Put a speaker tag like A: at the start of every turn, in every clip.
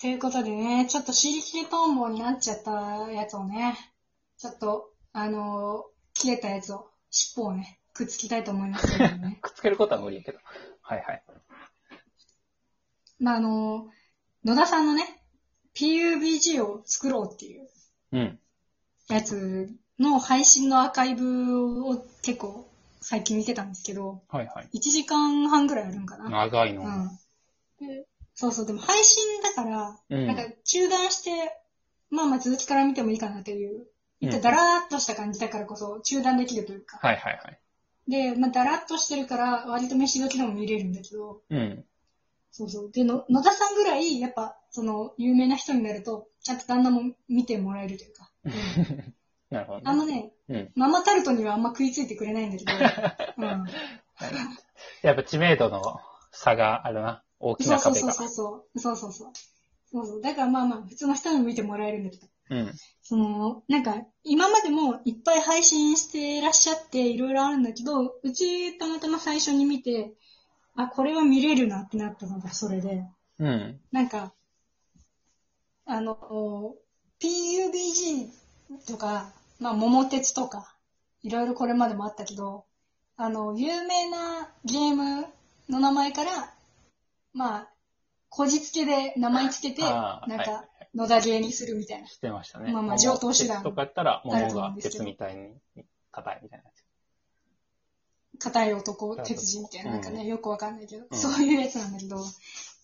A: ということでね、ちょっと私力トンボになっちゃったやつをね、ちょっと、あのー切れたやつを、尻尾をね、くっつきたいと思いますけど ね。
B: くっつけることは無理やけど。はいはい。
A: まあ、あのー野田さんのね、PUBG を作ろうっていう
B: うん。
A: やつの配信のアーカイブを結構最近見てたんですけど、
B: はいはい。
A: 1時間半ぐらいあるんかな。
B: 長いの。
A: うん。でそうそう、でも配信だから、
B: うん
A: なんか中断して、まあまあ続きから見てもいいかなっていう、いっただらーっとした感じだからこそ中断できるというか。
B: はいはいはい。
A: で、まあだらっとしてるから割と飯時でも見れるんだけど、
B: うん。
A: そうそう。で、の野田さんぐらい、やっぱ、その、有名な人になると、ちゃんと旦那も見てもらえるというか。
B: なるほど、ね。
A: あのね、
B: うん。
A: ママタルトにはあんま食いついてくれないんだけ ど、うん。
B: やっぱ知名度の差があるな。大き
A: そ
B: な
A: うそう
B: 壁
A: そう
B: が。
A: そうそう。そうそうそう。そうそう。だからまあまあ、普通の人にも見てもらえるんだけど。
B: うん。
A: その、なんか、今までもいっぱい配信してらっしゃって、いろいろあるんだけど、うちたまたま最初に見て、あ、これは見れるなってなったのがそれで、
B: うん。
A: なんか、あの、PUBG とか、まあ、桃鉄とか、いろいろこれまでもあったけど、あの、有名なゲームの名前から、まあ、こじつけで名前つけて、な
B: あー
A: ん
B: はいはいは
A: か、野田芸にするみたいな。
B: してましたね。
A: まあまあ
B: 桃
A: 上等手段
B: 鉄とかやったら、
A: ある
B: 桃
A: と思うん
B: が
A: ですけど
B: 鉄みたいに硬いみたいなやつ。
A: 硬い男、鉄人みたいな、なんかね、よくわかんないけど、
B: うん
A: そういうやつなんだけど、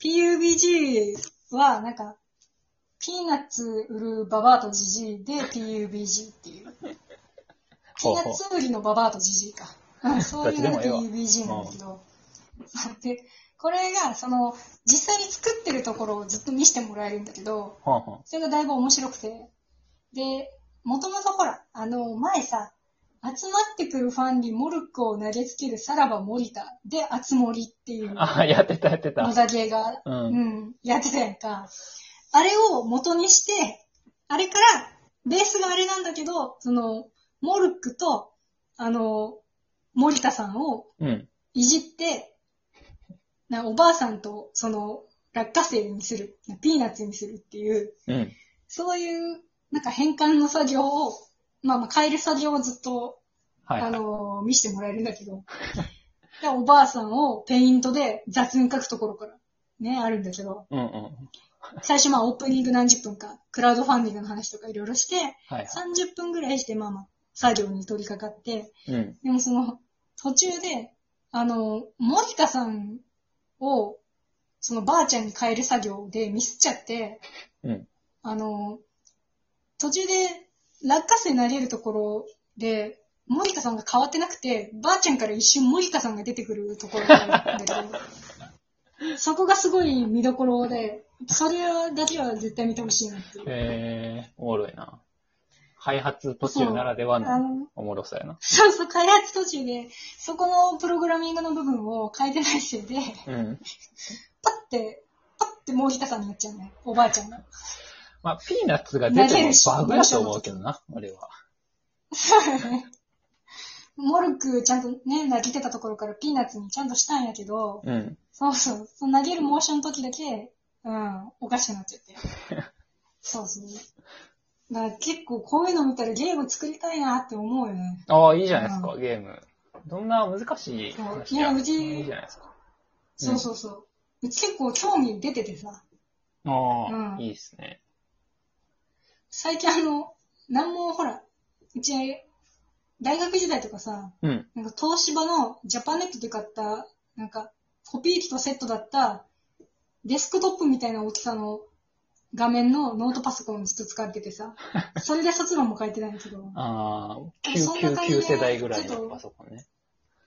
A: PUBG は、なんか、ピーナッツ売るババアとジジイで PUBG っていう。ピ
B: ほう
A: ーナ
B: ほ
A: ッ
B: う
A: ツ売りのババアとジジイか。うん そういうのが
B: どっちでも
A: PUBG なんだけど。 で、これが、その、実際に作ってるところをずっと見せてもらえるんだけど、
B: ほんほん。
A: それがだいぶ面白くて。で、もともとほら、あの、前さ、集まってくるファンにモルックを投げつけるさらば森田で、あつ森っていう
B: ああ、やってたやってた
A: 野。田芸が、
B: う。
A: うんん、やってたやんか。あれを元にして、あれから、ベースがあれなんだけど、その、モルックと、あの、森田さんを
B: うん。
A: いじって、なおばあさんと、その、落花生にする、ピーナッツにするっていう、
B: うん。
A: そういう、なんか変換の作業を、まあまあ変える作業をずっと、
B: はい、
A: あ
B: はい。
A: のー見せてもらえるんだけど。で、おばあさんをペイントで雑に書くところから、ね、あるんだけど、
B: うんうん。
A: 最初まあオープニング何十分か、クラウドファンディングの話とかいろいろして、
B: はい、はい。
A: 30分ぐらいしてまあまあ作業に取り掛かって、
B: うん。
A: でもその、途中で、あのー、森田さんを、そのばあちゃんに変える作業でミスっちゃって、
B: うん。
A: あの、途中で落花生投げるところで、森田さんが変わってなくて、ばあちゃんから一瞬森田さんが出てくるところがあるんだけ ど、そこがすごい見どころで、それだけは絶対見てほしいなっていう。
B: えー、おもろいな。開発途中ならでは
A: あ
B: の
A: の、
B: おもろさやな。
A: そうそう、開発途中で、そこのプログラミングの部分を変えてないせいで、
B: うん。
A: パッて、パッて森田さんになっちゃうね、おばあちゃんが。
B: まあ、ピーナッツが出てもバグやと思うけどな、俺は。
A: モルクちゃんとね、投げてたところからピーナッツにちゃんとしたんやけど、
B: うん。
A: そうそう。その投げるモーションの時だけ、うん、おかしくなっちゃって。そうそう。だから結構こういうの見たらゲーム作りたいなって思うよね。
B: ああ、いいじゃないですか、ゲーム。どんな難しい話や。
A: いやうち
B: いいじゃないですか。
A: そうそうそう。うち結構興味出ててさ、
B: ああ、
A: うん
B: いいですね。
A: 最近あの、なんもほら、うち、大学時代とかさ、
B: うん。
A: なんか東芝のジャパネットで買った、なんかコピー機とセットだった、デスクトップみたいな大きさの画面のノートパソコンずっと使ってて さ、それで卒論も書いてないんだけど。
B: ああ、
A: そんな感じで
B: 999世代ぐらいのパソコンね。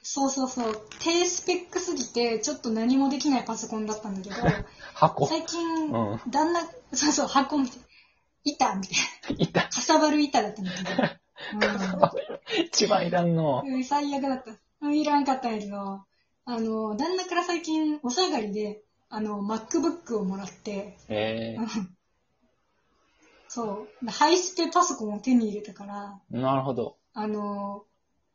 A: そうそうそう。低スペックすぎて、ちょっと何もできないパソコンだったんだけど、
B: 箱。
A: 最近、
B: うん
A: 旦那、そうそう、箱みたいな。板 みたい
B: いた
A: な。。かさばる板だったんだけど。
B: 一番いらんの。
A: うん、うん、最悪だった。うんいらんかったんやけど、あの、旦那から最近お下がりで、あの、MacBook をもらって、
B: え
A: そう、ハイスペパソコンを手に入れたから、
B: えなるほど。
A: あの、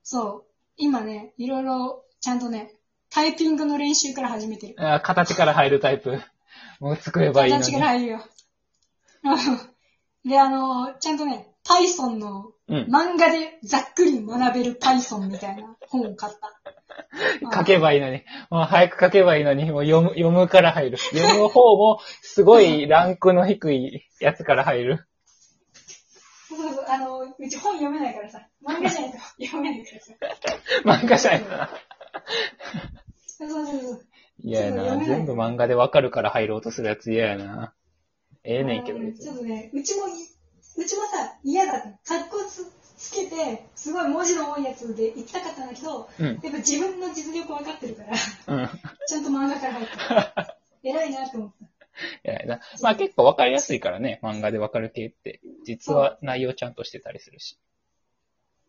A: そう、今ね、いろいろ、ちゃんとね、タイピングの練習から始めてる。
B: あー形から入るタイプ。もう作ればいいのに
A: 形。が入るよ。で、あの、ちゃんとね、Python の
B: うん。
A: 漫画でざっくり学べる Python みたいな本を買った。
B: 書けばいいのに。もう早く書けばいいのに、もう読む、読むから入る。読む方も、すごいランクの低いやつから入る。
A: そうそうそう、あの、うち本読めないからさ、漫画じゃないと読めないからさ。
B: 漫 画じゃないな。
A: そうそうそうそう。
B: 嫌やな。全部漫画でわかるから入ろうとするやつ嫌やな。ええねんけど
A: うん
B: 別
A: ち
B: に
A: ょっとね、うちもい、うちもさ、嫌だって、格好つつけて、すごい文字の多いやつで行きたかったんだけど、
B: うん。
A: やっぱ自分の実力分かってるから、ち
B: うん。
A: ゃんと漫画から入った。 偉いなと思った。
B: 嫌やな。まあ結構わかりやすいからね。漫画でわかる系って。実は内容ちゃんとしてたりするし。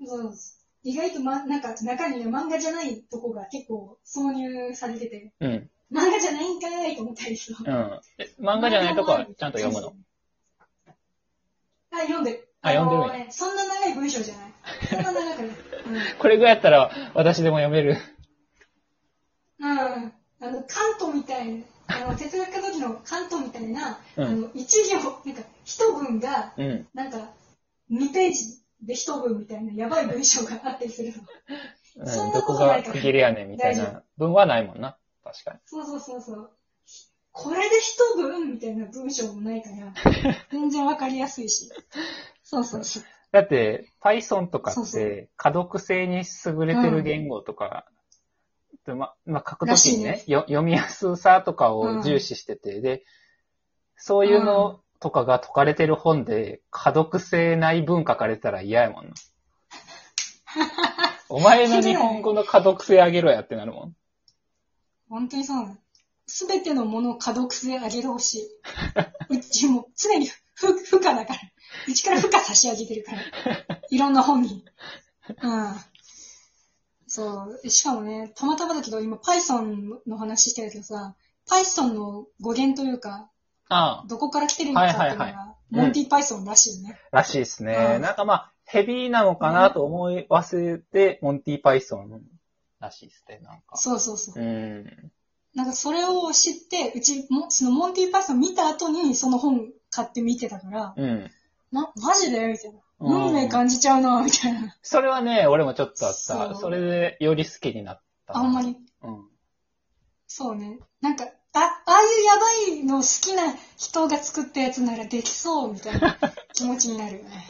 A: そう意外と、ま、なんか中にね、漫画じゃないとこが結構挿入されてて、
B: うん。
A: 漫画じゃないんかーいと思ったりする。
B: うん。え漫画じゃないとこはちゃんと読むの。
A: あ、読んでる。
B: あ読んでるんや
A: あのねそんな長い文章じゃない。そんな長くない。
B: これぐらいやったら私でも読める。
A: うん。うん。あの、カントみたいな、あの、哲学家時のカントみたいな、
B: うん
A: あの、一行、なんか、一文が、
B: うん。
A: なんか、2ページで一文みたいな、やばい文章があったりするの。
B: うん、
A: そん
B: ど
A: なこ
B: こと
A: な
B: が
A: いから
B: 区切りやねんみたい
A: 大丈
B: な文はないもんな。確かに。
A: そうそうそうそう。これで一文みたいな文章もないから、全然わかりやすいし。そうそうそう。
B: だって、Python とか
A: そう
B: っ
A: そ
B: て、可読性に優れてる言語とか、でま、まあ、書くときに
A: ら
B: ねよ読みやすさとか
A: うん
B: を重視してて、で、そういうのとかが解かれてる本で、可読性ない文書かれたら嫌やも んな。お前の日本語の可読性上げろやってなるもん。
A: 本当にそうなの。すべてのものを可読性上げてほ しい。うちも常に負負荷だから。うちから負荷差し上げてるから。 いろんな本に。うん。そう。しかもね、たまたまだけど、今 Python の話してるけどさ、Python の語源というか、
B: ああ、
A: どこから来てるのかっていうの
B: はいはい
A: が、モンティ Python らしいね。
B: らしいですね。
A: うん
B: なんかまあ、ヘビーなのかなと思い忘れて、モンティ・パイソンらしいですね、なんか。
A: そうそうそう。
B: うん。
A: なんかそれを知って、うちも、そのモンティパイソン見た後にその本買って見てたから、
B: うん。
A: な、マジでみたいな。
B: うん
A: 運命感じちゃうな、みたいな。
B: それはね、俺もちょっとあっ
A: そう
B: た。それで、より好きになった。
A: あんまり。
B: うん。
A: そうね。なんか、あ、ああいうやばいの好きな人が作ったやつならできそう、みたいな 気持ちになるよね。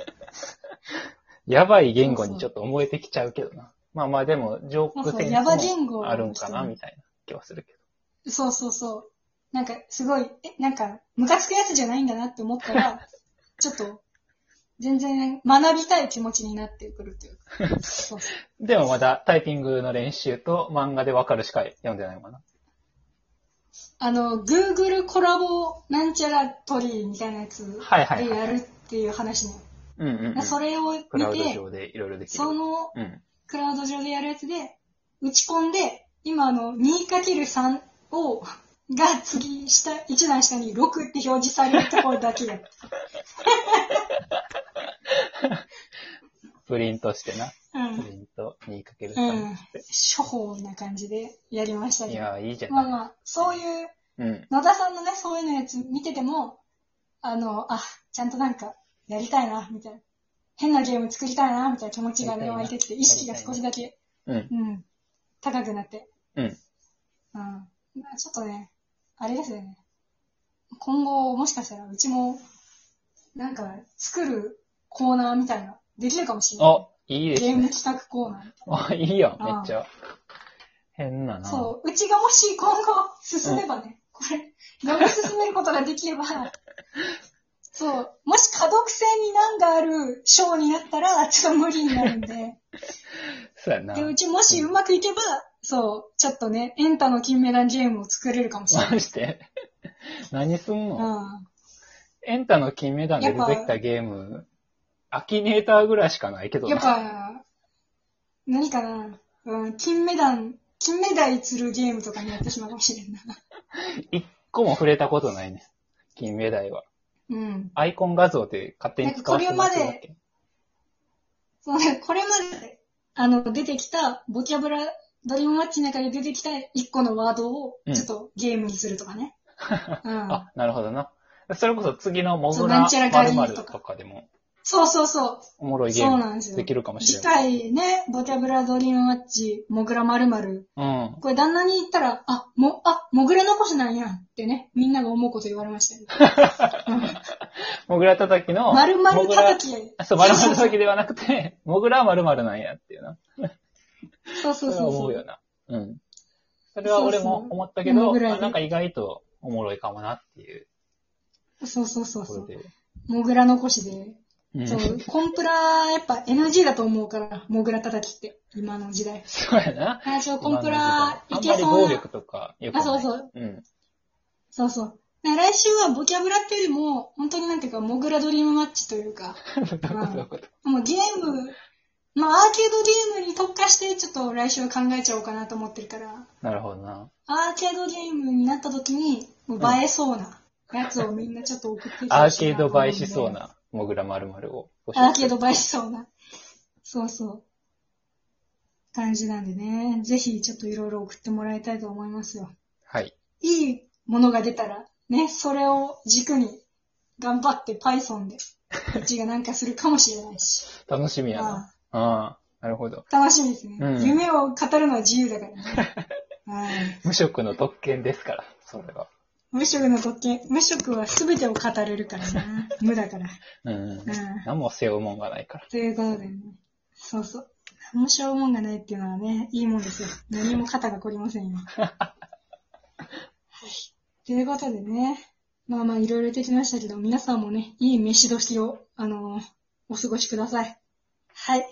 B: やばい言語にちょっと思えてきちゃうけどな。まあまあでも、ジョーク
A: そうそう
B: セン
A: やば
B: ス
A: 言語
B: もあるんかな、
A: の人
B: みたいな気はするけ
A: そうそうそう。なんか、すごい、え、なんか、ムカつくやつじゃないんだなって思った ら、ちょっと、全然学びたい気持ちになってくるというか。そうそう
B: ど。でもまだ、タイピングの練習と漫画でわかるしか読んでないのかな。
A: あの、Google コラボなんちゃらトリーみたいなやつ
B: はいはい
A: で
B: はいはい
A: やるっていう話ね。
B: うんうん、うん。
A: それを見
B: クラウド
A: て、
B: 上でいろいろできる。
A: その
B: うん。
A: クラウド上でやるやつで、打ち込んで、今あの、2×3 を、が次下、一段下に6って表示されるところだけや った。
B: プリントしてな。
A: うん。
B: プリント 2×3
A: う
B: っ
A: ん
B: て。。
A: 処方な感じでやりました
B: い
A: けど。
B: や、いいじゃ
A: まあ
B: ない。
A: まあ、そういう、
B: うん。
A: 野田さんのね、そういうのやつ見てても、あの、あ、ちゃんとなんか、やりたいな、みたいな。変なゲーム作りたいな、みたいな気持ちがね、
B: やりた
A: 湧
B: いな
A: て
B: い
A: きて、意識が少しだけ、
B: うん。
A: うん、高くなって。
B: うん。
A: うん。まあちょっとね、あれですよね。今後、もしかしたら、うちも、なんか、作るコーナーみたいな、できるかもしれない。
B: お、いいです
A: ゲーム
B: ね。
A: 企画コーナー。
B: お、いいよ、
A: あ
B: めっちゃ。変なな。
A: そう、うちがもし今後進めばね、これ、読み進めることができれ ば、そう、もし可読性に難がある章になったら、ちょっと無理になる んで、
B: そうやな
A: で、。うちもしうまくいけば、そう、ちょっとね、エンタの金メダルゲームを作れるかもしれない。
B: まして。 何すんの
A: うん。
B: エンタの金メダルで出てきたゲーム、アキネーターぐらいしかないけど
A: やっ
B: な。
A: ぱ、何かな、うん、金メダル、金メダル釣るゲームとかにやってしまうかもしれんな。
B: 一個も触れたことないね。金メダルは。
A: うん。
B: アイコン画像で勝手に使わせてもらってるだけ。
A: そうこれまで、あの、出てきた、ボキャブラ、ドリームマッチの中で出てきた一個のワードを、
B: うん
A: ちょっとゲームにするとかね。うん。
B: あ、なるほどな。それこそ次のモ
A: そ
B: グ
A: う
B: ラ
A: なんちゃら狩りとか
B: 〇〇とかでも、
A: そうそうそう。
B: おもろいゲ
A: そう
B: ー
A: なんです
B: ム
A: よ
B: できるかもし
A: 次
B: れない。
A: 回ね、ボキャブラドリームマッチ、モグラまる
B: うん。
A: これ旦那に言ったら、あ、も、あ、モグラ残しなんやってね、みんなが思うこと言われましたよ、
B: モグラ叩きの、
A: まるまる
B: モグラ
A: 叩きや。
B: そう、丸々叩きではなくて、モグラは丸々なんやっていうな。
A: そうそう
B: れは
A: そう
B: 思
A: そう
B: よ
A: う。
B: な。うん。それは俺も思ったけど、
A: そうそう
B: あなんか意外とおもろいかもなっていう
A: そうそうそう
B: とこ
A: そ
B: ろ
A: う。
B: で。
A: モグラ残しで。
B: うん
A: そう、コンプラやっぱ NG だと思うから、モグラ叩きって、今の時代。
B: そうやな。
A: あ、そう、コンプラい
B: 今の時
A: け
B: 代あんま
A: そ
B: り
A: う
B: 暴
A: な。
B: 力とかよくない。
A: あ、そうそう。
B: うん。
A: そうそう。だから来週はボキャブラっていうよりも、本当になんていうか、モグラドリームマッチというか、
B: どういうことどういうこと
A: もうゲーム、まあアーケードゲームに特化して、ちょっと来週は考えちゃおうかなと思ってるから、
B: なるほどな。
A: アーケードゲームになった時に、もう映えそうなやつをみんなちょっと送ってきて
B: ア
A: ほ
B: ー
A: しい
B: ケ
A: なと思ん
B: ー
A: で
B: ド映えしそう。な、モグラまるまるを募集。
A: アーケード映えしそうな。そうそう。感じなんでね。ぜひ、ちょっといろいろ送ってもらいたいと思いますよ。
B: はい。
A: いいものが出たら、ね、それを軸に、頑張って Python で、うちがなんかするかもしれないし。
B: 楽しみや
A: あ
B: な。ああ、なるほど。
A: あ楽しみですね、
B: うん
A: 夢を語るのは自由だ からね。はい。
B: 無職の特権ですから、それは。
A: 無職の特権、無職は全てを語れるからな。無だから。
B: うん
A: う。ん。
B: 何も背負うもんがないから。
A: ということでね。そうそう。何もしょうもんがないっていうのはね、いいもんですよ。何も肩が凝りませんよ。 はい。ということでね。まあまあいろいろ言ってきましたけど、皆さんもね、いい飯時を、あのーお過ごしください。はい。